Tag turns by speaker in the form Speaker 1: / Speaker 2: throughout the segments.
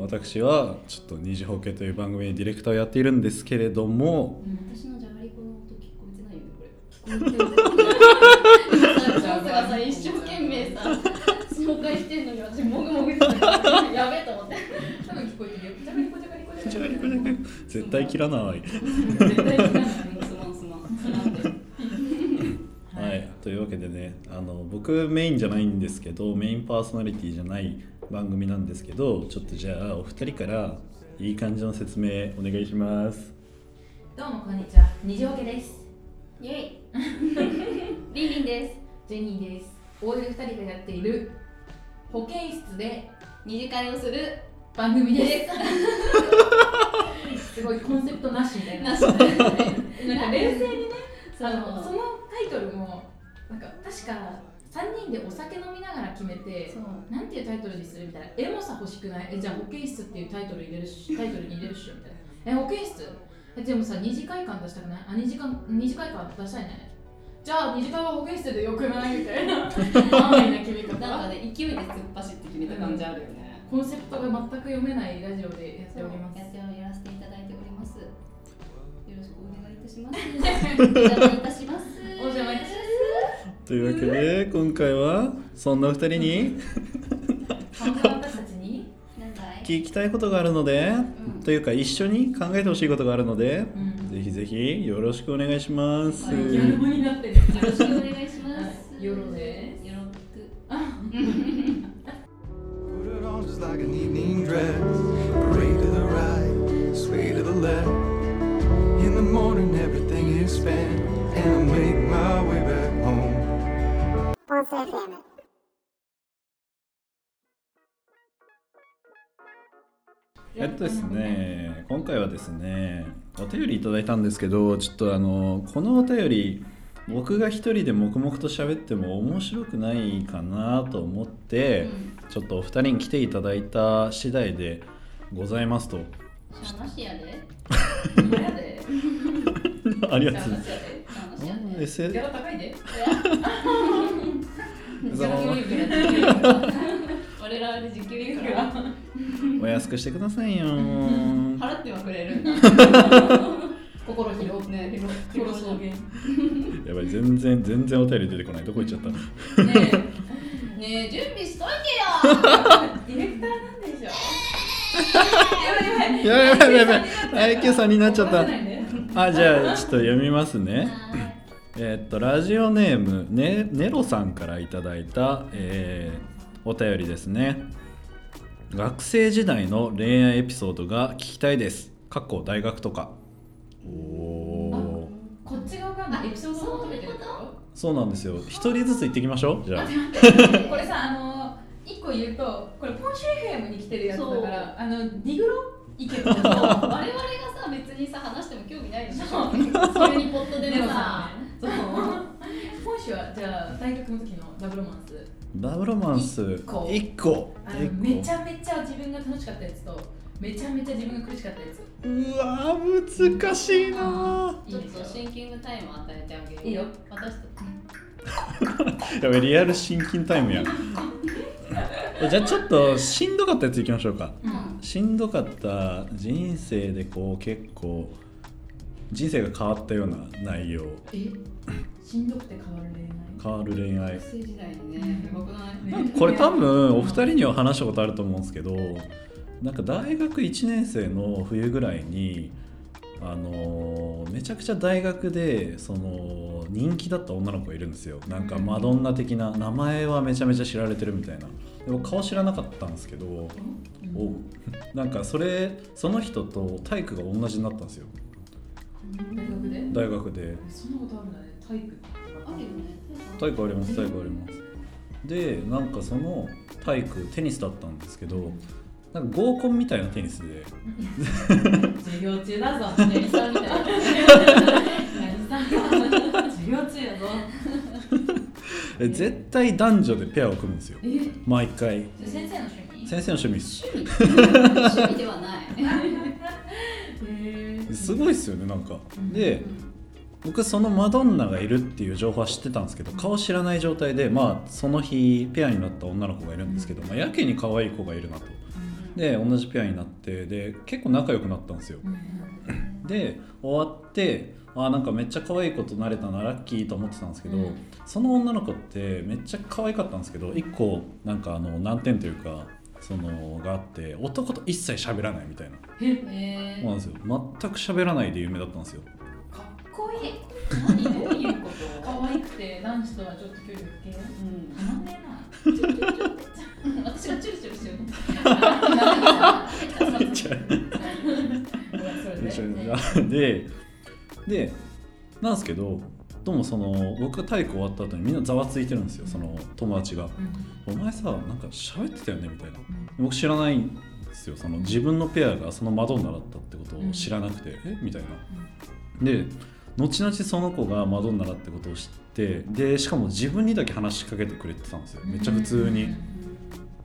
Speaker 1: 私はちょっと二次保険という番組にディレクターをやっているんですけれども
Speaker 2: 私のじゃがりこの音聞こえてないよねこれ聞こえてるさチャンスがさ一生懸命さ紹介してんのに私もぐもぐしてたからやべえと思って
Speaker 3: 多分聞こえてるよ。じゃがりこじゃがりこじゃがりこ。
Speaker 1: 絶対切らない。
Speaker 2: 絶対聞かないすまんすまんすまんって
Speaker 1: はい、というわけでねあの僕メインじゃないんですけどメインパーソナリティじゃない番組なんですけどちょっとじゃあお二人からいい感じの説明お願いします。
Speaker 3: どうもこんにちは。二条家です。
Speaker 2: イェイリンリンです
Speaker 3: ジェニーです。大勢二人がやっている保健室で
Speaker 2: 二次会をする
Speaker 3: 番 組
Speaker 2: で
Speaker 3: です。すごいコンセプトなしみたい
Speaker 2: す
Speaker 3: な。
Speaker 2: なしで
Speaker 3: なんか冷静にね、
Speaker 2: そう
Speaker 3: あのそのタイトルもなんか確か三人でお酒飲みながら決めて。
Speaker 2: そう
Speaker 3: なんていうタイトルにするみたいなエモさ欲しくないえじゃあ保健室っていうタイトル入れるしタイトルに入れるっしょみたいなえ保健室えでもさ2次会館出したくないあ二次間二次会館出したいねじゃあ二次会は保健室でよくないみたいな安易な決め
Speaker 2: なんか
Speaker 3: 方
Speaker 2: ね勢いで突っ走って決めた感じあるよね
Speaker 3: コンセプトが全く読めないラジオでやっ
Speaker 2: そ
Speaker 3: て
Speaker 2: う
Speaker 3: おります
Speaker 2: やっておりやらせていただいております。よろしくお願いいたします。お邪魔いたします。
Speaker 3: お邪魔いたし
Speaker 1: というわけで今回はそんなお二人に
Speaker 3: ますそんな私たちに
Speaker 2: ます。なんだい？
Speaker 1: 聞きたいことがあるので、
Speaker 2: うん
Speaker 1: というか一緒に考えてほしいことがあるので、
Speaker 3: うん
Speaker 1: ぜひぜひよろしくお願いします。
Speaker 2: は
Speaker 3: ギ
Speaker 2: い
Speaker 3: ャル語になってる
Speaker 2: よろしくお願いします。
Speaker 3: よろです
Speaker 2: よろく。
Speaker 4: Put it on just like an evening dress. Parade to the right, sway to the left. In the morning, everything is spent, and I make my way back home.
Speaker 5: 音声 FM。
Speaker 1: えっとですね、今回はですね、お便りいただいたんですけど、ちょっとあの、このお便り、僕が一人で黙々と喋っても面白くないかなと思って、ちょっとお二人に来ていただいた次第でございますと。
Speaker 2: シャナシアで。
Speaker 3: やで
Speaker 1: あり
Speaker 3: じゃ
Speaker 1: が
Speaker 3: あ
Speaker 1: とうござい
Speaker 3: 私や
Speaker 2: シ
Speaker 3: で
Speaker 2: ャナ
Speaker 1: ます
Speaker 2: シア
Speaker 1: うん。S-
Speaker 2: で。
Speaker 3: ギャラ高いで
Speaker 1: その
Speaker 3: ギャラ広いから
Speaker 2: 我らあれ時給いくら？
Speaker 1: お安くしてくださいよ。
Speaker 2: 払ってはくれる。
Speaker 3: 心広
Speaker 2: ね
Speaker 3: 広
Speaker 2: 広
Speaker 3: 広
Speaker 2: 草
Speaker 3: 草
Speaker 2: 原
Speaker 3: 原
Speaker 1: やばい、全然、全然お便り出てこない。どこ行っちゃった
Speaker 2: ねえ、ねえ準備しといてよ。
Speaker 3: ディレクターなんでしょ
Speaker 1: やばいやばいやばい。IQ さんになっちゃっ
Speaker 3: わ
Speaker 1: た
Speaker 3: かん。ないね
Speaker 1: あ、じゃあ、ちょっと読みますね。えーっとラジオネームねネロさんからいただいた、えーお便りですね学生時代の恋愛エピソードが聞きたいです過去大学とかお お
Speaker 3: こっち側がエピソードを求めてるってこ
Speaker 1: そうなんですよ一人ずつ行ってきましょうじゃあ
Speaker 3: とこれさあの一個言うとこれポンシュ FM に来てるやつだからあのディグロいけど
Speaker 2: そう我々がさ別にさ話しても興味ないでしょ。急にポットで
Speaker 3: でも
Speaker 2: もさ
Speaker 3: さ。そうポンシュはじゃあ大学の時のダブルマンス
Speaker 1: ダブロマンス
Speaker 3: 一個
Speaker 1: 1個
Speaker 3: あのめちゃめちゃ自分が楽しかったやつとめちゃめちゃ自分が苦しかったやつ
Speaker 1: うわー難しいなー
Speaker 2: ちょっとシンキングタイムを与えてあげる。
Speaker 3: いいよ。
Speaker 2: 私たち。
Speaker 1: やべリアルシンキングタイムやえじゃあちょっとしんどかったやついきましょうか
Speaker 3: うん
Speaker 1: しんどかった人生でこう結構人生が変わったような内容
Speaker 3: えしんどくて変わる恋愛
Speaker 1: 変わる恋愛
Speaker 2: 学生時代にね、僕のね、
Speaker 1: これ多分お二人には話したことあると思うんですけどなんか大学1年生の冬ぐらいにあのーめちゃくちゃ大学でその人気だった女の子がいるんですよなんかマドンナ的な名前はめちゃめちゃ知られてるみたいなでも顔知らなかったんですけどおなんかそれその人と体育が同じになったんですよ
Speaker 3: 大学で
Speaker 1: 大学で
Speaker 3: そんなことあるんだね体育とか
Speaker 2: あるよね。
Speaker 1: 体育あります体育ありますでなんかその体育テニスだったんですけどなんか合コンみたいなテニスで
Speaker 3: 授業中だ ぞ、ねりさんみたいな。ねりさん授業中やぞ。
Speaker 1: え絶対男女でペアを組むんですよ
Speaker 3: え、
Speaker 1: 毎回
Speaker 3: 先生の趣味。
Speaker 1: 先生の趣味っす
Speaker 2: 趣味趣味ではない。
Speaker 3: え
Speaker 1: すごいっすよねなんかで僕そのマドンナがいるっていう情報は知ってたんですけど顔知らない状態でまあその日ペアになった女の子がいるんですけど、まあ、やけに可愛い子がいるなとで同じペアになってで結構仲良くなったんですよ
Speaker 3: うん
Speaker 1: で終わってあーなんかめっちゃ可愛い子となれたなラッキーと思ってたんですけど、
Speaker 3: うん
Speaker 1: その女の子ってめっちゃ可愛かったんですけど一個なんかあの難点というかそのがあって男と一切喋らないみたいな
Speaker 3: え
Speaker 2: え
Speaker 1: そうなんですよ全く喋らないで有名だったんですよ
Speaker 3: かっこいい
Speaker 2: 何どういうこ
Speaker 3: 可愛くて男子とはちょっと距離を置け
Speaker 2: と
Speaker 3: ないたまんねえ
Speaker 2: う
Speaker 3: な
Speaker 2: ん私がチュルチュルしてる
Speaker 1: ででなんですけどどうもその僕が体育終わった後にみんなざわついてるんですよその友達が「お前さなんか喋ってたよね」みたいな僕知らないんですよその自分のペアがそのマドンナだったってことを知らなくて「えみたいな。で後々その子がマドンナだってことを知ってでしかも自分にだけ話しかけてくれてたんですよめっちゃ普通に、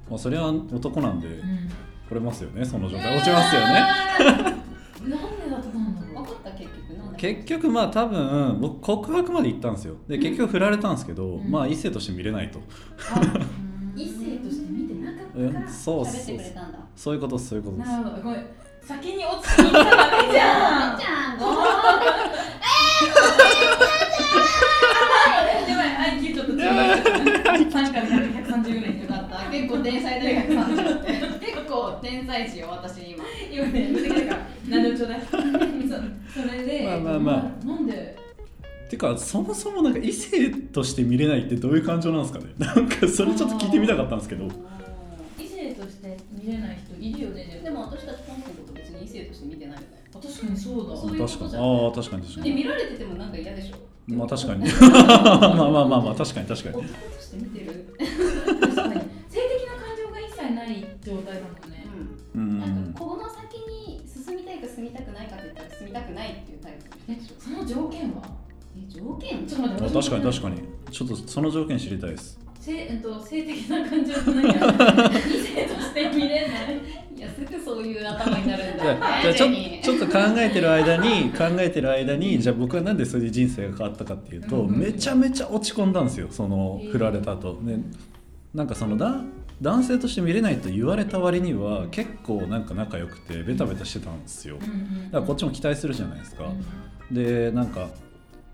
Speaker 1: まあ、それは男なんで惚れますよねその状態落ちますよね
Speaker 3: ねなんでだったんだろ
Speaker 2: 分
Speaker 3: う
Speaker 2: かった結局なんだ
Speaker 1: 結局まあ多分僕告白まで行ったんですよで結局振られたんですけど、
Speaker 3: うん
Speaker 1: まあ異性として見れないと
Speaker 2: 異性として見てなかったから
Speaker 1: そう
Speaker 2: 喋っ
Speaker 1: そ
Speaker 2: て
Speaker 1: う
Speaker 2: くれたんだ
Speaker 1: そういうことですそういうことです
Speaker 3: なるほどごめん先に落ちていっただけじゃん
Speaker 2: じ
Speaker 3: や
Speaker 2: ゃん
Speaker 3: ばい IQ ちょっと違う3から130ぐらいによかった
Speaker 2: 結構天才大学さんじゃって結構天才児よ私今
Speaker 3: 今ね見てくれたから何でもちょうだいそうそれで
Speaker 1: まあまあまあ
Speaker 3: えっとななんで
Speaker 1: てかそもそもなんか異性として見れないってどういう感情なんですかね なんかそれちょっと聞いてみたかったんですけど
Speaker 3: 異性として見れない人いるよね
Speaker 2: でも私たち本校のこと別に異性として見てないよね
Speaker 3: 確かにそうだ
Speaker 2: そういうこと
Speaker 1: 確かに
Speaker 2: じゃない
Speaker 1: ああ確かに確か
Speaker 2: で
Speaker 1: に
Speaker 2: 見られててもなんか嫌でしょ
Speaker 1: まあ確かに まあまあまあまあ確かに確か
Speaker 2: 男
Speaker 1: に
Speaker 2: として見てる
Speaker 3: 確かに性的な感情が一切ない状態だもんね
Speaker 1: う
Speaker 2: なん
Speaker 1: ん
Speaker 2: かこの先に進みたいか進みたくないかって言ったら進みたくないっていうタイプ
Speaker 3: えその条件は
Speaker 2: え条件
Speaker 3: ちょっと
Speaker 1: あ
Speaker 3: 待って
Speaker 1: 確かに確か
Speaker 3: に
Speaker 1: にちょっとその条件知りたいです
Speaker 3: 性,、えっと、性的な感情がないから異性として見れない
Speaker 2: いやすぐそういう頭になるん
Speaker 1: じゃ
Speaker 2: だ
Speaker 1: あじゃあちょっ
Speaker 2: ジェニー
Speaker 1: とちょっと考えてる間に考えてる間にじゃあ僕はなんでそれで人生が変わったかっていうと、
Speaker 3: うん
Speaker 1: めちゃめちゃ落ち込んだんですよその
Speaker 3: えー
Speaker 1: 振られた後、ねなんかそのだ男性として見れないと言われた割には結構なんか仲良くてベタベタしてたんですよだからこっちも期待するじゃないですか、でなんか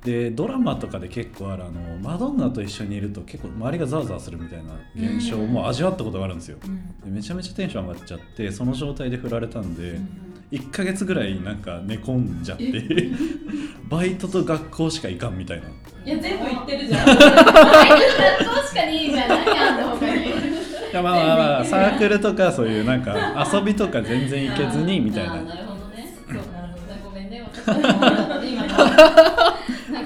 Speaker 1: でドラマとかで結構あるあのマドンナと一緒にいると結構周りがザワザワするみたいな現象も味わったことがあるんですよ、
Speaker 3: うん
Speaker 1: でめちゃめちゃテンション上がっちゃってその状態で振られたんで、
Speaker 3: うん
Speaker 1: 1ヶ月ぐらいなんか寝込んじゃって バイトと学校しか行かんみたいない
Speaker 3: や全部言ってるじゃん
Speaker 2: 学校しかねえじゃん何あんの他に
Speaker 1: やまあまあま あサークルとかそういうなんか遊びとか全然行けずにみたい
Speaker 2: あー
Speaker 1: な
Speaker 2: なるほどね
Speaker 3: そうなるほど
Speaker 2: ごめんね私も今のなんか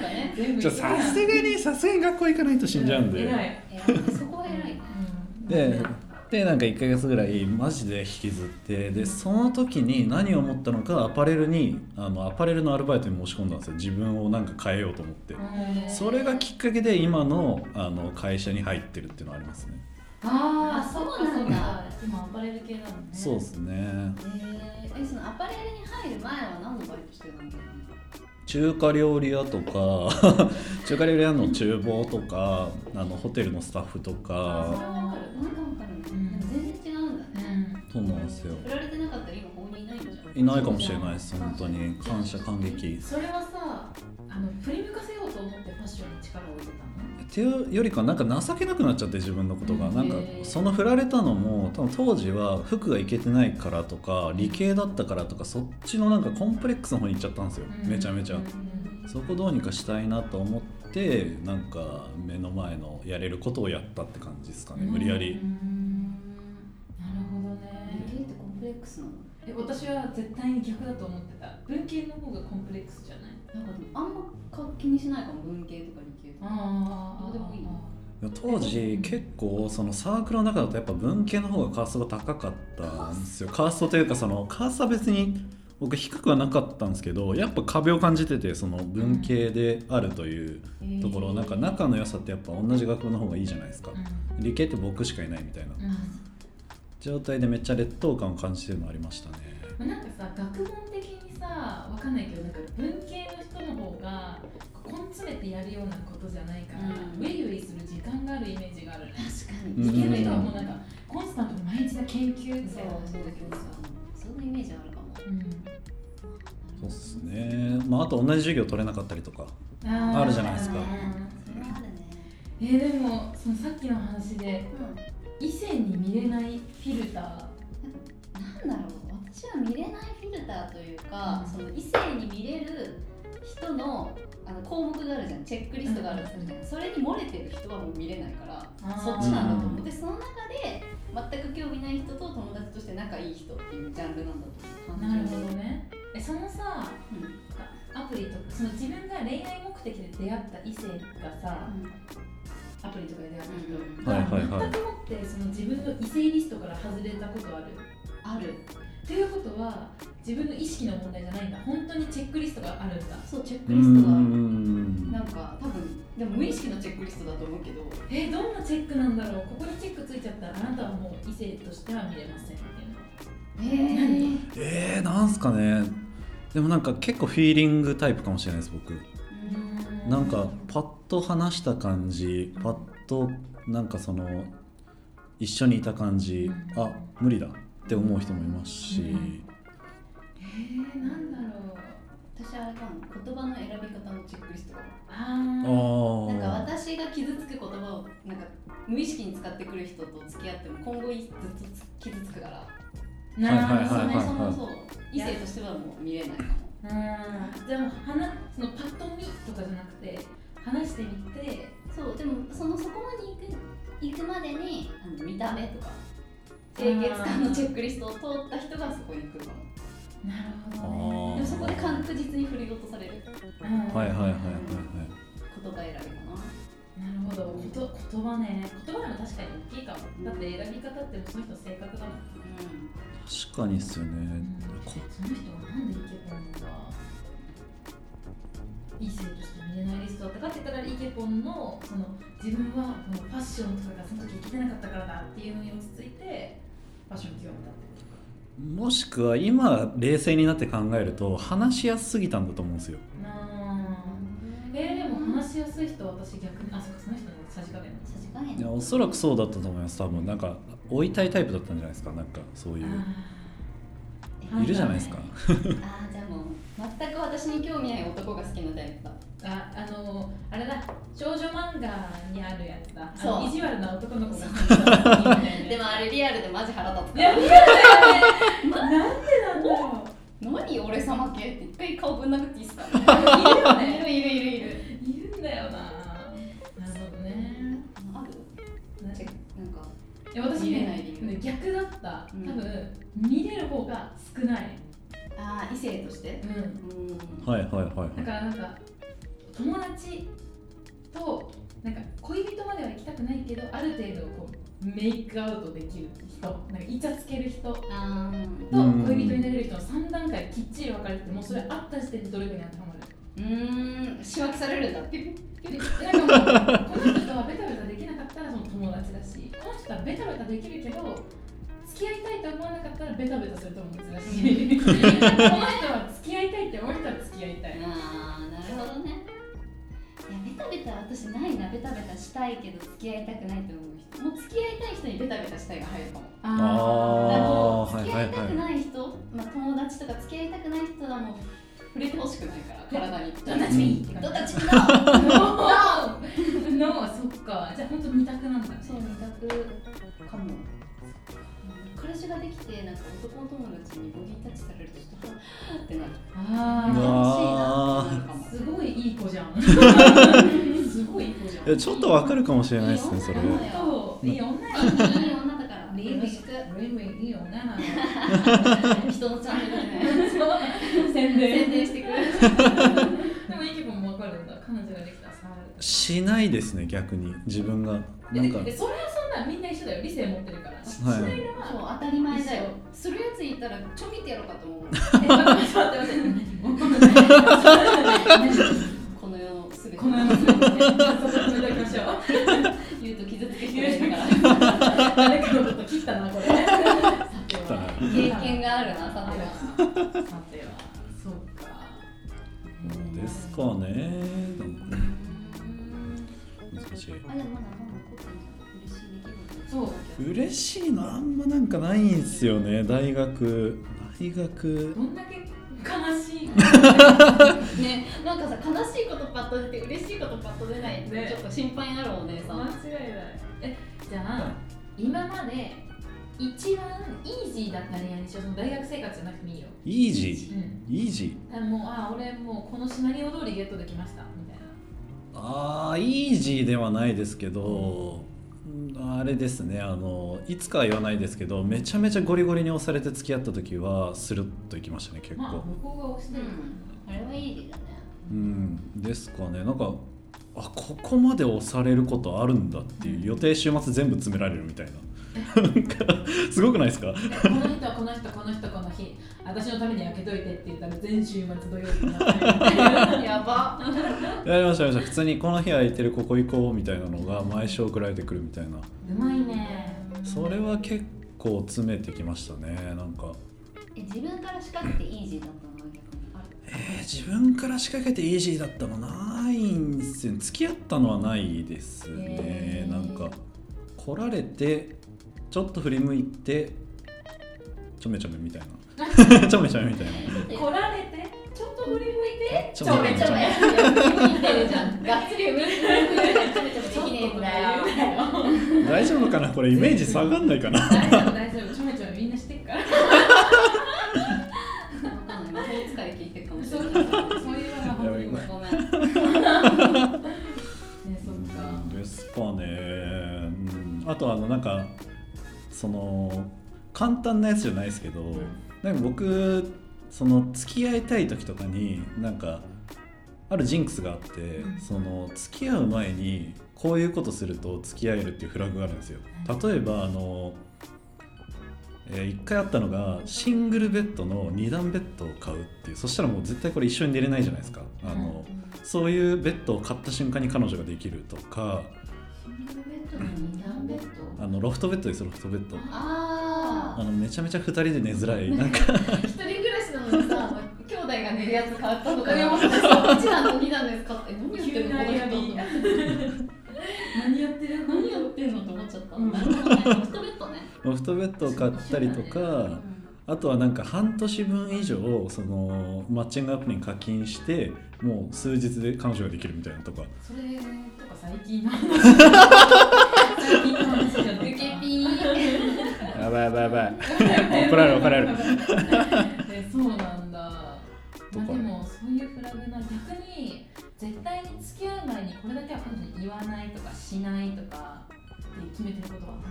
Speaker 2: ね
Speaker 3: 全部
Speaker 1: ちょ
Speaker 3: 言ってる
Speaker 1: さすがにさすがに学校行かないと死んじゃうんで、
Speaker 3: 偉い
Speaker 2: えーそこは偉いね
Speaker 1: ででなんか1ヶ月ぐらいマジで引きずってでその時に何を思ったのかアパレルにあのアパレルのアルバイトに申し込んだんですよ自分をなんか変えようと思って
Speaker 3: うん
Speaker 1: それがきっかけで今のあの会社に入ってるっていうのはありますね
Speaker 3: あ
Speaker 2: あ
Speaker 3: あ、
Speaker 2: そ
Speaker 3: そうう
Speaker 2: な
Speaker 3: なんん
Speaker 2: だ
Speaker 3: だ。今アパレル系だもんね。
Speaker 1: そうですね
Speaker 2: えーえそのアパレルに入る前は何のバイトしてたんだろ
Speaker 1: 中華料理屋とか 中華料理屋の厨房とかあのホテルのスタッフと
Speaker 2: うそれ
Speaker 1: か
Speaker 2: はわかるなんかわかるね、
Speaker 3: うん
Speaker 2: でも全然違うんだ
Speaker 3: う
Speaker 2: ね、
Speaker 3: ん。
Speaker 1: そうなんですよ
Speaker 2: 振られてなかったら今ここにいないんじゃん
Speaker 1: いないかもしれないです本当に感謝感激
Speaker 3: それはさ、あの振り向かせようと思ってファッションに力を入れたの。
Speaker 1: っていうよりかなんか情けなくなっちゃって自分のことが
Speaker 3: うん
Speaker 1: なんか
Speaker 2: へー
Speaker 1: その振られたのも多分当時は服がいけてないからとか理系だったからとかそっちのなんかコンプレックスの方に行っちゃったんですよ
Speaker 3: うん
Speaker 1: めちゃめちゃ
Speaker 3: うん
Speaker 1: そこどうにかしたいなと思ってなんか目の前のやれることをやったって感じですかね無理やり。
Speaker 3: うんなるほどね。
Speaker 2: 理系ってコンプレックスなの
Speaker 3: え、私は絶対に逆だと思ってた。文系の方がコンプレックスじゃない。
Speaker 2: なんかでもあんまか気にしないかも文系とか理系とか
Speaker 3: あ
Speaker 2: ー
Speaker 3: でもいい。
Speaker 1: いや当時結構そのサークルの中だとやっぱ文系の方がカーストが高かったんですよカーストというかそのカーストは別に僕低くはなかったんですけどやっぱ壁を感じててその文系であるというところ、なんか仲の良さってやっぱ同じ学部の方がいいじゃないですか、理系って僕しかいないみたいな
Speaker 3: うん。うん
Speaker 1: 状態でめっちゃ劣等感を感じてるのありましたね
Speaker 3: まあなんかさ学問的にさわかんないけどなんか文系の人の方が根詰めてやるようなことじゃないか
Speaker 2: う
Speaker 3: ら、
Speaker 2: ん
Speaker 3: ウェイウェイする時間があるイメージがあるね
Speaker 2: 確か
Speaker 1: うん
Speaker 2: に
Speaker 3: 理系の人はもうなんかコンスタントに毎日の研究って
Speaker 2: そうそうそうそのイメージあるかも
Speaker 3: う
Speaker 1: そう
Speaker 3: ん
Speaker 1: っすねまああと同じ授業取れなかったりとか
Speaker 3: あー
Speaker 1: あるじゃないですか
Speaker 2: それあるね
Speaker 3: えー、でもそのさっきの話で
Speaker 2: うん
Speaker 3: 異性に見れないフィルター
Speaker 2: なんだろう私は見れないフィルターというか、
Speaker 3: う
Speaker 2: そ
Speaker 3: ん
Speaker 2: の異性に見れる人のあの項目があるじゃんチェックリストがあるとするじゃん、それに漏れてる人はもう見れないから
Speaker 3: あー
Speaker 2: そっちなんだと思うでその中で全く興味ない人と友達として仲いい人っていうジャンルなんだと思う
Speaker 3: なるほどねえそのさ
Speaker 2: うん
Speaker 3: アプリとかその自分が恋愛目的で出会った異性がさアプリとかで出会った人が、
Speaker 1: うんはいはいはい
Speaker 3: 全くもってその自分の異性リストから外れたことある
Speaker 2: ある
Speaker 3: ということは自分の意識の問題じゃないんだ本当にチェックリストがあるんだ
Speaker 2: そうチェッ
Speaker 1: う
Speaker 2: ク
Speaker 1: ー
Speaker 2: リストがある
Speaker 1: ん
Speaker 2: なんか多分でも無意識のチェックリストだと思うけど
Speaker 3: えどんなチェックなんだろうここにチェックついちゃったらあなたはもう異性としては見れませんみたいな
Speaker 2: えー
Speaker 1: えー、なんすかねでもなんか結構フィーリングタイプかもしれないです僕なんかパッと話した感じパッとなんかその一緒にいた感じあ無理だって思う人もいますし、
Speaker 3: うんえー、なんだろう
Speaker 2: 私あれかも言葉の選び方のチェックリストかも
Speaker 3: あ
Speaker 2: な
Speaker 3: ー
Speaker 2: んか
Speaker 1: ああ
Speaker 2: 私が傷つく言葉をなんか無意識に使ってくる人と付き合っても今後ずっと傷つくから
Speaker 3: なるほど
Speaker 1: はいはいはい
Speaker 2: そもそもそう異性としてはもう見れないかも
Speaker 3: うんでも話そのパッと見とかじゃなくて話してみて
Speaker 2: そうでもそのそこまで行く行くまでにあの見た目とか清潔感のチェックリストを通った人がそこに来るかも
Speaker 3: なる
Speaker 1: あ
Speaker 3: ほど
Speaker 2: で
Speaker 3: ね
Speaker 2: もそこで確実に振り落とされる
Speaker 3: うん
Speaker 1: はいはいはいはいはい
Speaker 2: 言葉選びかな
Speaker 3: なるほどこと言葉ね言葉でも確かに大きいかもだって選び方ってもうその人の性格だもん
Speaker 2: う
Speaker 1: 確かにっすよねこ
Speaker 3: その人はなんでイケポンが異性として見れないリストだったかって言ったらイケポンのその自分はそのファッションとかがその時生きてなかったからだっていうのに落ち着いてファッションに興味だったってこと
Speaker 1: もしくは今冷静になって考えると話しやすすぎたんだと思うんですよ
Speaker 3: かなあ
Speaker 2: ん
Speaker 3: えー、でも話しやすい人は私逆にあそっかその人のさじ加減
Speaker 2: さじ加減
Speaker 1: いやおそらくそうだったと思います多分なんか追いたいタイプだったんじゃないですかなんかそういう
Speaker 3: あー
Speaker 1: いるじゃないですか
Speaker 2: ああじゃあもう全く私に興味ない男が好きなタイプだ
Speaker 3: ああのあれだ少女漫画にあるやつだ
Speaker 2: そう
Speaker 3: あの意地悪な男の子が
Speaker 2: でもあれリアルでマジ腹立つ
Speaker 3: い
Speaker 2: から
Speaker 3: やリアルだよねなんでなんだろ
Speaker 2: 何俺様系って一回顔ぶん殴っていいっすか
Speaker 3: ういる
Speaker 2: い
Speaker 3: よね
Speaker 2: るいるいるいる
Speaker 3: いるんだよななるほどね
Speaker 2: ある
Speaker 3: ね
Speaker 2: チェックなんか
Speaker 3: いや私
Speaker 2: 見れない理
Speaker 3: ね
Speaker 2: 由
Speaker 3: 逆だった多
Speaker 2: うん
Speaker 3: 分見れる方が少ない
Speaker 2: ああ異性として
Speaker 3: うん
Speaker 2: うん
Speaker 1: はいはいはいはい
Speaker 3: だからなんか友達となんか恋人までは行きたくないけどある程度こうメイクアウトできる人なんかイチャつける人と
Speaker 2: あ
Speaker 1: うん
Speaker 3: 恋人になれる人の3段階きっちり分かれててもうそれあった時点でどれぐらい当てはまる
Speaker 2: ーうん仕分けされるんだっていう
Speaker 3: でなんかもうこの人とはベタベタできなかったらその友達だしこの人はベタベタできるけど付き合いたいと思わなかったらベタベタすると思うだしこの人は付き合いたいって思ったら付き合いたい
Speaker 2: ああなるほどねいやベタベタ私ないなベタベタしたいけど付き合いたくないと思う人もう付き合いたい人にベタベタしたいが入るかもだからも
Speaker 1: あ
Speaker 2: う
Speaker 1: ー
Speaker 2: 付き合いた
Speaker 1: はいは
Speaker 2: く
Speaker 1: いは
Speaker 2: ない人、まあ、友達とか付き合いたくない人はもう触れてほしくないから体に
Speaker 3: どんなチミって感
Speaker 2: ど
Speaker 3: じ
Speaker 2: んなチミだ
Speaker 3: ノーノーそっかじゃあ本当二択なんだね
Speaker 2: そう二択かも彼氏ができてなんか男友達にボディタッチされるとちょっとはぁってなる
Speaker 1: う
Speaker 3: あ
Speaker 1: わ
Speaker 2: 楽しいなってなるかも
Speaker 3: あ すごいいい子じゃ んすごいいい子じゃん
Speaker 1: えちょっとわかるかもしれないですねそれ
Speaker 2: いいよ
Speaker 3: そういい女や
Speaker 2: いい女だ から
Speaker 3: リ
Speaker 2: よ
Speaker 3: ン
Speaker 2: ろ
Speaker 3: リ
Speaker 2: しく
Speaker 3: ンリンいい女なの
Speaker 2: 人のチャンネルでね
Speaker 3: 宣
Speaker 2: 宣
Speaker 3: 伝
Speaker 2: 伝してくれる
Speaker 3: でもいい気分もわかるんだ彼女ができたら触る
Speaker 1: いしないですね逆に自分が
Speaker 3: え
Speaker 1: なんか
Speaker 3: でそれはそんなみんな一緒だよ理性持ってるからしし
Speaker 1: は
Speaker 3: ないいの
Speaker 2: そ
Speaker 3: は
Speaker 2: う当たり前だよするやついたらちょみてやろうかと思う
Speaker 3: えちょっと待って待って待って
Speaker 2: この世のすべて
Speaker 3: この世の全て早速止めておきましょう
Speaker 2: 言うと傷つけて くれるから
Speaker 3: 誰かのこと切ったなこれ。さて
Speaker 1: たな
Speaker 3: は
Speaker 2: 経験があるなさては
Speaker 3: さては。さては。そうか。
Speaker 1: うんですかね難しい
Speaker 2: あでもまだまだ残ってんじゃん嬉しい出来事です
Speaker 3: そう
Speaker 1: 嬉しいのあんまなんかないんすよね大学大学
Speaker 3: どんだけ悲しい
Speaker 2: ねなんかさ悲しいことパッと出て嬉しいことパッと出ないって
Speaker 3: ね
Speaker 2: ちょっと心配になるお姉さん、
Speaker 3: 違いないえじゃあ今まで一番イージーだった恋愛にしようその大学生活じゃなくてもいいよ、
Speaker 1: イージ
Speaker 3: うん、
Speaker 1: ーイージー
Speaker 3: あもうあ俺もうこのシナリオ通りゲットできましたみたいな
Speaker 1: あーイージーではないですけど、うんあれですねあのいつかは言わないですけどめちゃめちゃゴリゴリに押されて付き合った時はスルッといきましたね結
Speaker 3: まあ
Speaker 1: 構、
Speaker 3: 向こうが押してる、
Speaker 2: あれはいいだね
Speaker 1: うんですかねなんかあここまで押されることあるんだっていう予定週末全部詰められるみたいななんかすごくないですか
Speaker 3: この人はこの人この人この日私のために開けといてって言ったら全週末土曜日になってるみたい な
Speaker 2: やば
Speaker 1: やりましたやりました普通にこの日空いてるここ行こうみたいなのが毎週送られてくるみたいな
Speaker 3: うまいね
Speaker 1: それは結構詰めてきましたねなんか
Speaker 2: え自分から仕掛けてイージーだったの逆にあれ
Speaker 1: えー自分から仕掛けてイージーだったのないんですよね付き合ったのはないですね
Speaker 2: へー
Speaker 1: なんか来られてちょっと振り向いてちょめちょめみたい なちょめちょめみたいな
Speaker 3: 来られてちょっと振り向いて
Speaker 1: ち
Speaker 2: ちょめちょめ
Speaker 1: め
Speaker 2: 見てるじゃんがっつり上にちょめちょめで
Speaker 3: ちょっと
Speaker 2: きねえんだ
Speaker 3: ぐらい
Speaker 2: よ
Speaker 3: 言うなよ
Speaker 1: 大丈夫かなこれイメージ下がんないかな
Speaker 3: 大丈夫大丈夫ちょめちょめみんなしてっから
Speaker 2: わかんない魔法使い聞いてるかもし
Speaker 3: そ
Speaker 2: れ
Speaker 3: う
Speaker 2: ない
Speaker 3: いうそういうのが本当に
Speaker 1: やばい
Speaker 2: ごめん
Speaker 3: ねそっか
Speaker 1: ですかね、うん、あとあのなんかその簡単なやつじゃないですけど、なんか僕その付き合いたい時とかになんかあるジンクスがあって、
Speaker 3: うん
Speaker 1: その付き合う前にこういうことすると付き合えるっていうフラグがあるんですよ例えばあの、え1回あったのがシングルベッドの2段ベッドを買うっていうそしたらもう絶対これ一緒に寝れないじゃないですかあの、そういうベッドを買った瞬間に彼女ができるとか
Speaker 2: シングルベッドの二段ベッド
Speaker 1: あのロフトベッドですロフトベッド
Speaker 2: あ
Speaker 1: あのめちゃめちゃ2人で寝づらいなんか
Speaker 2: ー一人暮らしなのにさ兄弟が寝るやつ買ったとか
Speaker 3: いやもう
Speaker 2: 1段の2段のやつ買って何言って
Speaker 3: 急
Speaker 2: んの
Speaker 3: な
Speaker 2: この
Speaker 3: 悩
Speaker 2: 人
Speaker 3: み何やってる
Speaker 2: 何やってんのと思っちゃった
Speaker 3: うん
Speaker 2: なるほどねロフトベッドね
Speaker 1: ロフトベッドを買ったりとかあとはなんか半年分以上そのマッチングアプリに課金してもう数日で彼女ができるみたいなとか
Speaker 3: それとか最近の 話
Speaker 2: 受け
Speaker 3: 最近の話じゃないかな
Speaker 2: ピー
Speaker 1: やばいやばいやばい怒られる怒られ る
Speaker 3: えそうなんだ、ま
Speaker 1: と
Speaker 3: あ、
Speaker 1: か
Speaker 3: でもそういうフラグな逆に絶対に付き合う前にこれだけは彼女に言わないとかしないとかって決めてることはあ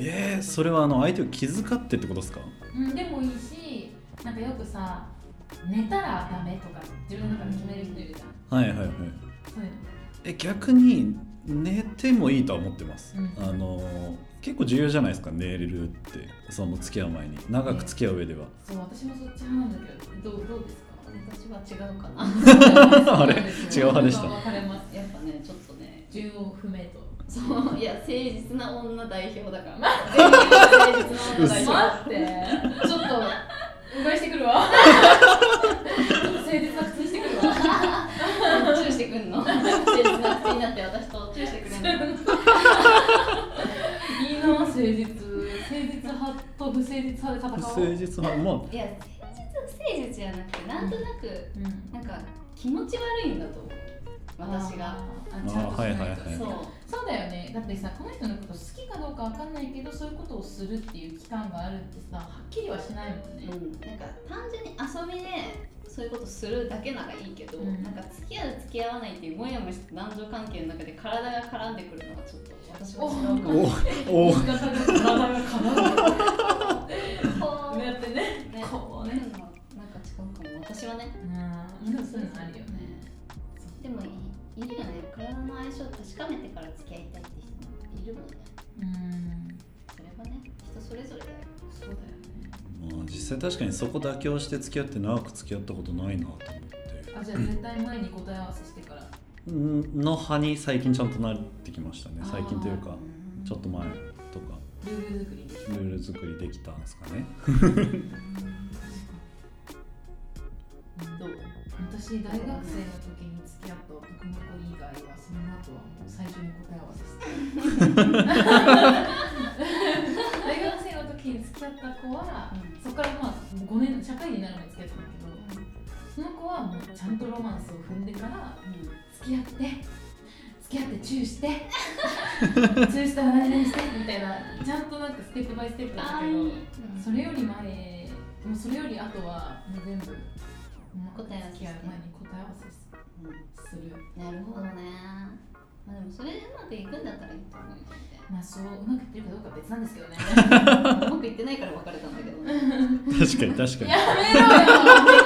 Speaker 1: えー、それはあの相手を気遣ってってことですか
Speaker 3: る、うん、でもいいしなんかよくさ寝たらダメとか自分の中で決める人いるじゃん
Speaker 1: はいはいはい
Speaker 3: そういうの
Speaker 1: え逆に寝てもいいとは思ってます、
Speaker 3: うん
Speaker 1: あのー結構重要じゃないですか寝れるってその付き合う前に長く付き合う上では、
Speaker 3: そう私もそっち派なんだけどどうどうですか
Speaker 2: 私は違うかな
Speaker 1: あれ
Speaker 3: そうです ね
Speaker 1: 違う派でした
Speaker 3: 僕は分かれます
Speaker 2: やっぱねちょっとね
Speaker 3: 順を踏めと
Speaker 2: そういや誠実な女代表だ から全員が誠実な女代表
Speaker 3: 待ってちょっとうがいしてくるわちょっと誠実な口にしてくるわ
Speaker 2: チューしてくんの 誠実な口になって私とチューしてくれるの
Speaker 3: いいな誠実誠実派と不誠実派で戦おう
Speaker 1: 誠実派まあ
Speaker 2: いや誠実は誠実じゃなくてなんとなく
Speaker 3: うん
Speaker 2: なんか気持ち悪いんだと思う私が
Speaker 3: あちゃんとしないと
Speaker 1: あはいはいはい
Speaker 2: そう
Speaker 3: そうだよねだってさこの人のこと好きかどうかわかんないけどそういうことをするっていう期間があるってさはっきりはしないもん
Speaker 2: う
Speaker 3: ね
Speaker 2: んなんか単純に遊びでそういうことするだけならいいけど、
Speaker 3: うん
Speaker 2: なんか付き合う付き合わないっていうモヤモヤした男女関係の中で体が絡んでくるのがちょっと私は違うかな
Speaker 1: おお
Speaker 3: 言い方が体が 絡
Speaker 2: こう
Speaker 3: むやってね
Speaker 2: ね
Speaker 3: こう
Speaker 2: なん
Speaker 3: ね
Speaker 2: か違うかも私はね
Speaker 3: うんでもそういうのあるよね
Speaker 2: でもいいるよね体の相性を確かめてから付き合いたいって人もいるもんね
Speaker 3: うん
Speaker 2: それはね人それぞれだよ
Speaker 3: そうだよね
Speaker 1: まあ、実際確かにそこ妥協して付き合って長く付き合ったことないなと思って
Speaker 3: あじゃあ絶対前に答え合わせしてから
Speaker 1: うんの派に最近ちゃんとなってきましたね最近というかちょっと前とか
Speaker 3: ルール作り
Speaker 1: ルール作りできたんですかね
Speaker 3: どう私大学生の時に付き合った男の子以外はその後はもう最初に答え合わせしてった子は、
Speaker 2: う
Speaker 3: そこからまあ5年社会人になるまで付き合ってたんだけど、その子はもうちゃんとロマンスを踏んでから付き合って付き合ってチューしてチューしたら何々してみたいなちゃんとなんかステップバイステップだった
Speaker 2: あ
Speaker 3: け
Speaker 2: ーい
Speaker 3: ど
Speaker 2: い。
Speaker 3: それより前もうそれより後はもう全部
Speaker 2: 答え合わせ
Speaker 3: 付き合う前に答え合わせすする
Speaker 2: なるほどね。まあでもそれでうまくいくんだったらいいと思うよ
Speaker 3: まあそううまくいってるかどうかは別なんですけどね
Speaker 2: 全然。うまくいってないから別れたんだ けどね。
Speaker 1: 確かに確かに
Speaker 3: やめろよ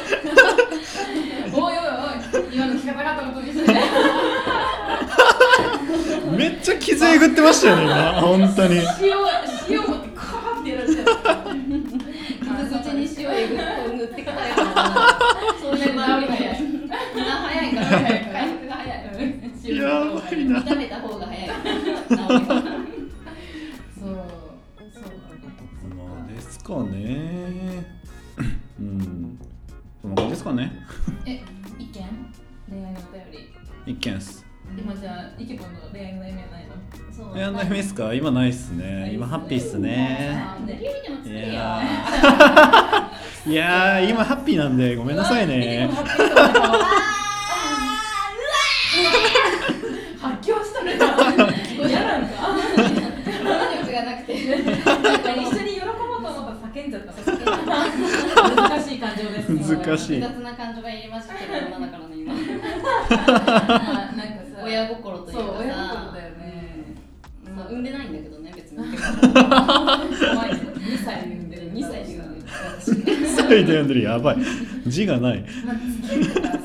Speaker 3: おいおいおい今の聞かなかったことにするね
Speaker 1: めっちゃ傷えぐってましたよね今本当 に
Speaker 3: 塩塩持ってカーってやら れて
Speaker 2: 傷口に 塩をえぐって塗ってからやからな。そういうの
Speaker 3: 治
Speaker 2: は
Speaker 3: り
Speaker 2: 早
Speaker 3: 早
Speaker 2: い。
Speaker 3: い
Speaker 2: みんな早いから回 復が早い。
Speaker 3: 塩
Speaker 1: やばいな
Speaker 2: 炒めた方が早い。治るから
Speaker 3: そうそうだね
Speaker 1: まあですかねうんそんな感じですかね
Speaker 3: え意見恋愛のお便り
Speaker 1: 一見っす
Speaker 3: 今じゃあ、イケボンの恋愛の悩みはないの
Speaker 2: そう
Speaker 1: えやんないですか今ないっすね今ハッピーっすね
Speaker 2: あ何を見ても作
Speaker 1: い
Speaker 2: るよ。
Speaker 1: やーいやー今ハッピーなんでごめんなさいね
Speaker 3: 発狂したね。嫌なんか。
Speaker 2: 能力がなくて。
Speaker 3: 一緒に喜ぼうと思ったら叫んじゃった。難しい感情ですね。
Speaker 1: 難しい
Speaker 2: 複雑な感情が入りましたけど、今だからね、今。
Speaker 3: まあなんかさ、
Speaker 2: 親心という
Speaker 3: そう
Speaker 2: か
Speaker 3: 親
Speaker 2: さ
Speaker 3: 心だよね。
Speaker 2: まあ産んでないんだけどね別に
Speaker 3: 怖いよ。二歳で産んでる。
Speaker 2: 2歳で産んでる
Speaker 1: それで読んでるやばい字がない
Speaker 3: まあ付き合ってからさ、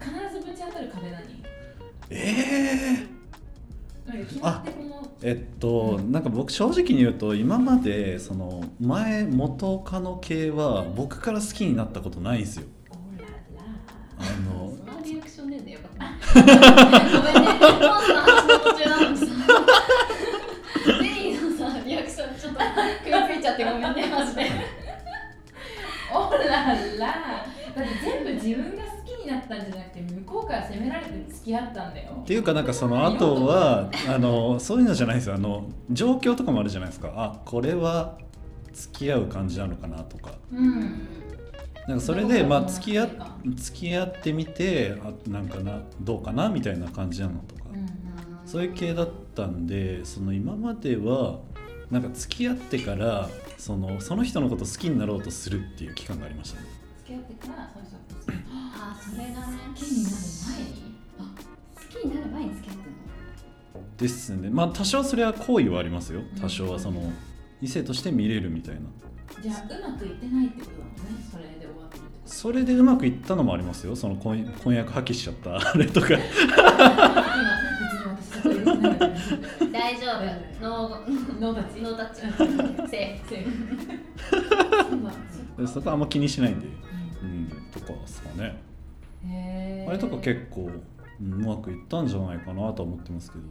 Speaker 3: 必ずぶち当たる壁何？
Speaker 1: えー、
Speaker 3: なんか決まってこの
Speaker 1: えっとなんか僕正直に言うと今までその前元カノ系は僕から好きになったことないんですよ
Speaker 3: オララ。
Speaker 1: あの
Speaker 2: そのリアクションねえんだよかったごめんねポンの話の途中なのにさゼリーのさリアクションちょっと食いついちゃってごめんねマジで
Speaker 3: オララ。だって全部自分が好きになったんじゃなくて向こうから責められて付き合ったんだよ
Speaker 1: っ。ていうかなんかその後はあのそういうのじゃないですよあの状況とかもあるじゃないですかあこれは付き合う感じなのかなとか
Speaker 3: うん。
Speaker 1: なんかそれで
Speaker 3: どう
Speaker 1: まあ
Speaker 3: 思います
Speaker 1: 付き合っ
Speaker 3: か
Speaker 1: 付き合ってみてあなんかなどうかなみたいな感じなのとか、そういう系だったんでその今まではなんか付き合ってからそのその人のこと好きになろうとするっていう期間がありましたね
Speaker 3: 付き合ってからその人と付き合って
Speaker 2: あそれがね
Speaker 3: 好きになる前に
Speaker 2: 好きになる前に付き合ってんの
Speaker 1: ですねまあ多少それは好意はありますよ多少はその
Speaker 3: う
Speaker 1: 異性として見れるみたいな
Speaker 3: じゃあうまくいってないってことだもんねそれで終わってるってこ
Speaker 1: それでうまくいったのもありますよその婚婚約破棄しちゃったあれと か
Speaker 3: と今別に私が言ってないから
Speaker 2: 大丈夫ノー
Speaker 3: ノータッチ
Speaker 2: ノータッ チセーフ
Speaker 3: セーフそうだ
Speaker 1: でそこはあんま気にしないんで
Speaker 3: う
Speaker 1: うんとかですかね
Speaker 3: んへ ー
Speaker 1: あれとか結構うんうまくいったんじゃないかなとは思ってますけど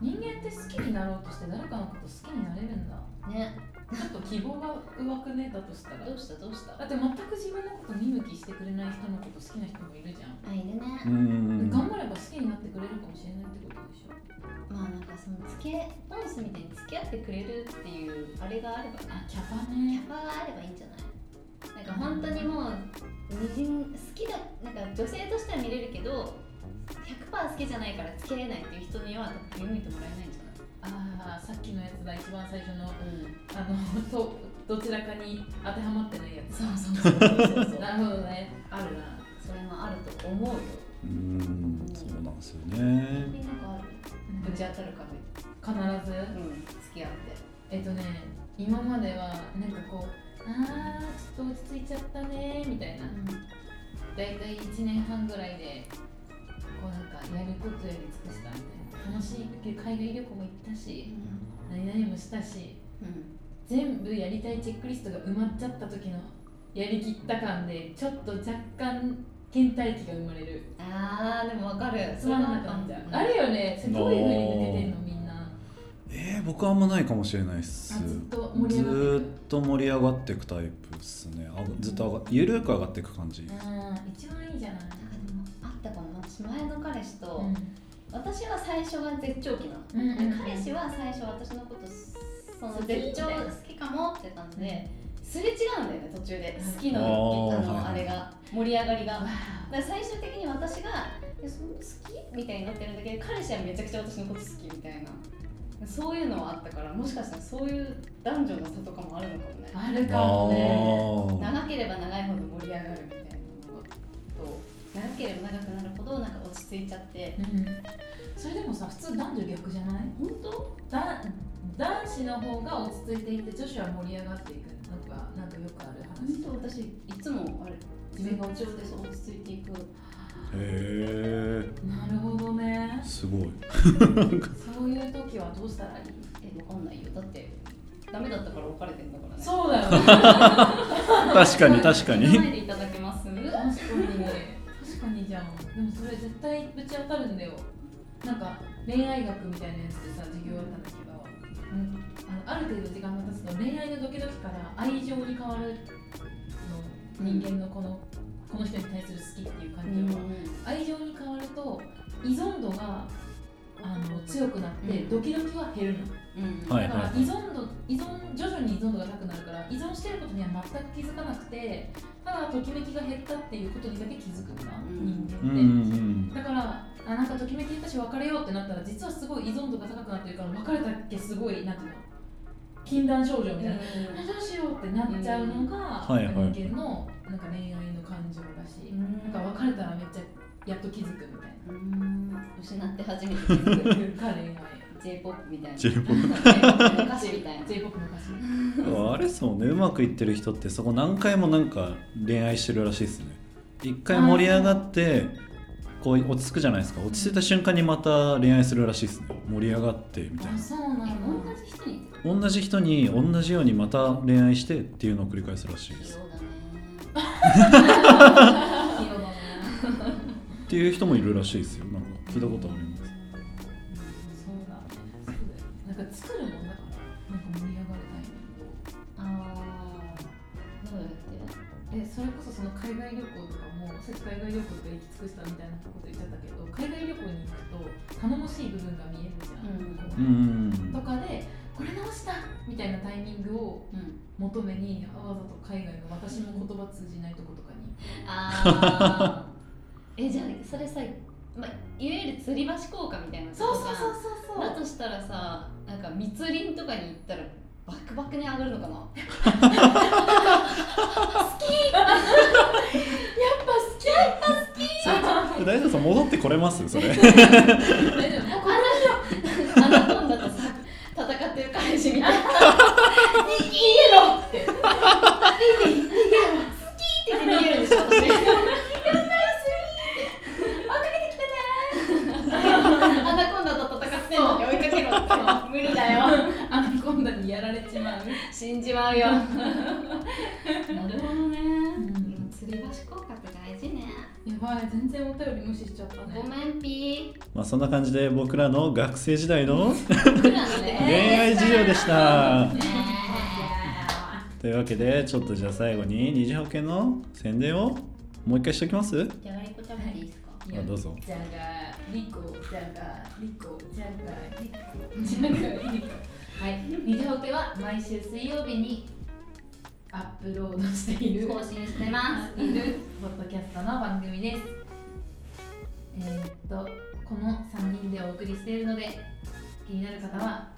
Speaker 3: 人間って好きになろうとして誰かのこと好きになれるんだ
Speaker 2: ね
Speaker 3: ちょっと希望が上手くねだとしたら
Speaker 2: どうしたどうした
Speaker 3: だって全く自分のこと見向きしてくれない人のこと好きな人もいるじゃん
Speaker 2: あいるね
Speaker 1: うん
Speaker 3: 頑張れば好きになってくれるかもしれないってことでしょ
Speaker 2: まあなんかその付き合いポンスみたいに付き合ってくれるっていうあれがあればね
Speaker 3: あキャパ
Speaker 2: キャ
Speaker 3: ね
Speaker 2: パがあればいいんじゃないなんか本当にもう二人好きだなんか女性としては見れるけど100%好きじゃないから付き合えないっていう人には振り向いてもらえないんじゃない
Speaker 3: ああさっきのやつだ一番最初のあの とどちらかに当てはまってないやつ
Speaker 2: そうそうそうそう
Speaker 3: なるほどねあるな
Speaker 2: それもあると思うよ
Speaker 1: うんそうなんですよね
Speaker 2: えなんかあるぶち当たるかも
Speaker 3: 必ず
Speaker 2: うん付き合って
Speaker 3: えっとね今まではなんかこうあーちょっと落ち着いちゃったねみたいな大体1年半ぐらいでこうなんかやることより尽くしたみたいな楽しいけど海外旅行も行ったし何々もしたし
Speaker 2: うん
Speaker 3: 全部やりたいチェックリストが埋まっちゃった時のやりきった感でちょっと若干倦怠期が生まれる
Speaker 2: あーでもわかる
Speaker 3: つまんなかったあるよねそれどういうふうに抜けてんのみんな
Speaker 1: えー、僕はあんまないかもしれないっす
Speaker 3: あずっと盛り上がって
Speaker 1: ずーっと盛り上がっていくタイプっすねあずっと上がゆるく上がっていく感じ
Speaker 3: あー一番いいじゃない
Speaker 2: なんかでもあったかも私前の彼氏と、
Speaker 3: うん
Speaker 2: 私は最初が絶頂期なの、
Speaker 3: うんうんうん
Speaker 2: で彼氏は最初私のことその絶頂好きかもって感じで、すれ違うんだよね途中で好きの
Speaker 1: あー
Speaker 2: あの、
Speaker 1: はいはい
Speaker 2: あれが盛り上がりが
Speaker 3: わ
Speaker 2: だから最終的に私が「いやその好き?」みたいになってるんだけど彼氏はめちゃくちゃ私のこと好きみたいなそういうのはあったからもしかしたらそういう男女の差とかもあるのかもね
Speaker 3: ああるか
Speaker 1: あ
Speaker 3: もね
Speaker 1: ー
Speaker 2: 長ければ長いほど盛り上がるみたいなのと長ければ長くなるほどなんか落ち着いちゃって
Speaker 3: うんそれでもさ普通男女逆じゃない
Speaker 2: 本当
Speaker 3: だ男子の方が落ち着いていって女子は盛り上がっていくなんかなんかよくある話
Speaker 2: 本当私いつもあれ自分が落ち着いてそう落ち着いていく
Speaker 1: へ
Speaker 3: なるほどね
Speaker 1: えすごい
Speaker 3: そういう時はどうしたらいい
Speaker 2: えわかんないよだってダメだったから別れてんだからね
Speaker 3: そうだよね 確か
Speaker 1: 確かに確か に
Speaker 2: 言わないでいただけます
Speaker 3: に確かにじゃんでもそれ絶対ぶち当たるんだよなんか恋愛学みたいなやつでさ授業だったんだけど、うん、あのある程度時間が経つと恋愛のドキドキから愛情に変わるの人間のこのこの人に対する好きっていう感情は、愛情に変わると依存度があの強くなって、
Speaker 2: うん
Speaker 3: ドキドキは減るの、
Speaker 2: うん
Speaker 1: はい
Speaker 3: だから依存度依存徐々に依存度が高くなるから依存してることには全く気づかなくてただときめきが減ったっていうことにだけ気づくんだ、
Speaker 2: ん
Speaker 1: うんうん
Speaker 3: 人間って、
Speaker 1: うん
Speaker 3: だからあなんかときめき減ったし別れようってなったら実はすごい依存度が高くなってるから別れたっけすごいなんていうの禁断症状みたいな、あどうしようってなっちゃうのが、
Speaker 1: はいはい
Speaker 3: 人間のなんか恋愛の感情らしい、
Speaker 2: うん
Speaker 3: なんか別れたらめっちゃやっと気づくみたい
Speaker 2: う
Speaker 3: な
Speaker 2: ん失って初めて気づく
Speaker 3: が恋愛
Speaker 2: J-POP み たいな
Speaker 1: J-POP
Speaker 2: の歌詞み たいな
Speaker 3: J-POP の歌詞
Speaker 1: あれですもんねうまくいってる人ってそこ何回もなんか恋愛してるらしいですね一回盛り上がってこう落ち着くじゃないですか落ち着いた瞬間にまた恋愛するらしいですね盛り上がってみたい
Speaker 3: あ
Speaker 1: な
Speaker 3: そうな
Speaker 2: え
Speaker 3: の
Speaker 2: 同じ人に
Speaker 1: 同じ人に同じようにまた恋愛してっていうのを繰り返すらしいで
Speaker 2: 器
Speaker 1: す
Speaker 2: 用だね
Speaker 3: 器用だね
Speaker 1: っていう人もいるらしいですよなんか聞いたことあります
Speaker 3: そうだそうだよなんか作るもんだからなんか盛り上がれない
Speaker 2: あーどうやって
Speaker 3: えそれこそその海外旅行とかもさっき海外旅行とか行き尽くしたみたいなこと言っちゃったけど海外旅行に行くと頼もしい部分が見えるじゃ
Speaker 2: うん
Speaker 3: ん、こ
Speaker 1: う
Speaker 3: うんとかでこれ直したみたいなタイミングを
Speaker 2: うん
Speaker 3: 求めにわざと海外の私も言葉通じないとことかに
Speaker 2: あーえじゃあそれさ、まあ、いわゆる吊り橋効果みたいなことじゃん
Speaker 3: そう
Speaker 2: だとしたらさなんか密林とかに行ったらバクバクに上がるのかな
Speaker 1: それ大丈夫さん戻ってこれますそれ
Speaker 3: 大丈夫
Speaker 2: あの人アナコンダとさ戦ってる彼氏みたいな「に逃げろ!」って「逃げろ!」好きって言って逃げるんでしょ私「やんないスイーって追いかけてきたねアナコンダと戦ってんのに追いかけろって無理だよ
Speaker 3: アナコンダにやられちまう
Speaker 2: 死んじまうよなるほどね、
Speaker 3: ん
Speaker 2: 釣り橋効果って大事ね
Speaker 3: やばい全然お便り無視しちゃったね
Speaker 2: ごめんピー
Speaker 1: まあそんな感じで僕らの学生時代の
Speaker 2: 僕らのね
Speaker 1: 恋愛事情でした
Speaker 2: ね
Speaker 1: というわけでちょっとじゃあ最後に二次保険の宣伝をもう一回しておきます
Speaker 2: じゃがりこ食べていいですか
Speaker 1: あどうぞ
Speaker 3: じゃがリコじゃがリコじゃがリコじゃがリコはい二次オケは毎週水曜日にアップロードしている
Speaker 2: 更新してます
Speaker 3: いるポッドキャストの番組ですえーっとこの3人でお送りしているので気になる方は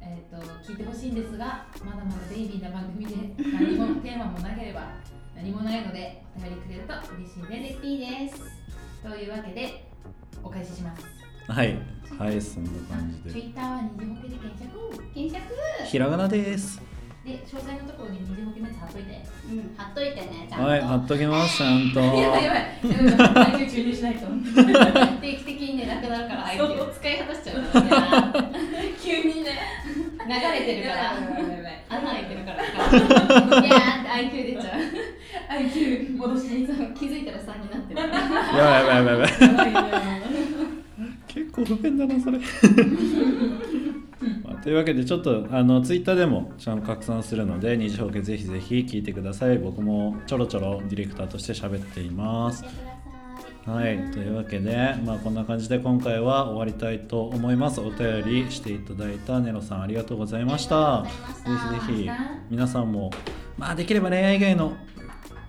Speaker 3: えーっと聞いてほしいんですがまだまだベイビーな番組で何もテーマもなければ何もないのでお便りくれると嬉しいです
Speaker 2: レピーです
Speaker 3: というわけでお返しします
Speaker 1: はいはいそんな感じ
Speaker 3: ツイ
Speaker 1: で
Speaker 3: ッターは二次保けで検索
Speaker 2: 検索
Speaker 1: ひらがなです
Speaker 3: で詳細のところに二次保けのやつ貼っといて
Speaker 2: うん貼っといてねちゃんと、
Speaker 1: はい貼っときますちゃんと
Speaker 3: やばいやばいやばいやばい来週注入しないと
Speaker 2: 定期的にねなくなるからアイテムを使い果たしちゃうからね
Speaker 3: 急にね
Speaker 2: 流れてるから
Speaker 3: やばいやばいやばい
Speaker 2: 穴開いてるからいやーって IQ 出ちゃう
Speaker 3: IQ 戻しに
Speaker 2: そう気づいたら3になってる
Speaker 1: やばいやばいやばいやばい
Speaker 3: やばいやばいやばい
Speaker 1: 結構不便だなそれ、 まあというわけでちょっとあのツイッターでもちゃんと拡散するので二次表現ぜひぜひ聞いてください僕もちょろちょろディレクターとして喋っています
Speaker 2: てください
Speaker 1: はい、というわけで、まあ、こんな感じで今回は終わりたいと思います。お便りしていただいたネロさんありがとうございました。ぜひぜひ皆さんも、まあ、できれば恋愛以外の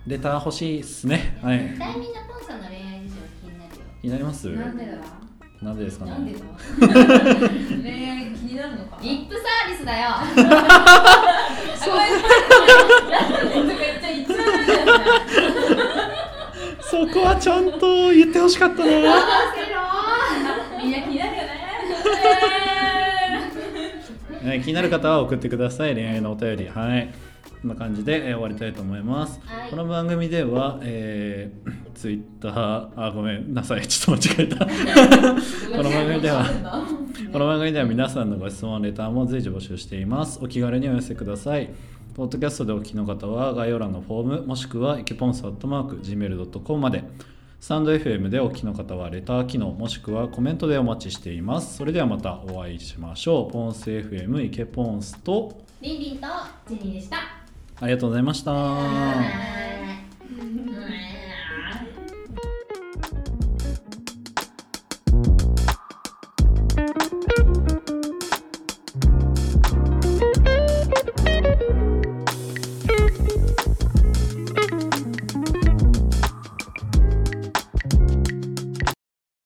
Speaker 1: レター欲しいですね。は
Speaker 2: 絶
Speaker 1: い。
Speaker 2: 対みんなポンさんの恋愛事情気になるよ
Speaker 1: 気になります
Speaker 3: なんでだ
Speaker 1: なんでですか
Speaker 2: なんで
Speaker 1: ね
Speaker 2: だ
Speaker 3: 恋愛気になるのか
Speaker 2: リップサービスだよ
Speaker 3: そうめっちゃ言ってないじゃない
Speaker 1: そこはちゃんと言ってほしかったな。
Speaker 3: みんな気になるよね。
Speaker 1: はい気になる方は送ってください。恋愛のお便り。はい。こんな感じで、えー終わりたいと思います。
Speaker 2: はい
Speaker 1: この番組では、えー、Twitter、あ、ごめんなさい。ちょっと間違えた。この番組ではこの番組では皆さんのご質問レターも随時募集していますお気軽にお寄せくださいポッドキャストでお聞きの方は概要欄のフォームもしくはイケポンスアットマーク Gmail.com までスタンド FM でお聞きの方はレター機能もしくはコメントでお待ちしていますそれではまたお会いしましょうポンス FM イケポンスと
Speaker 2: リンリンと
Speaker 3: ジェニーでした。
Speaker 1: ありがとうございました
Speaker 2: バイバイ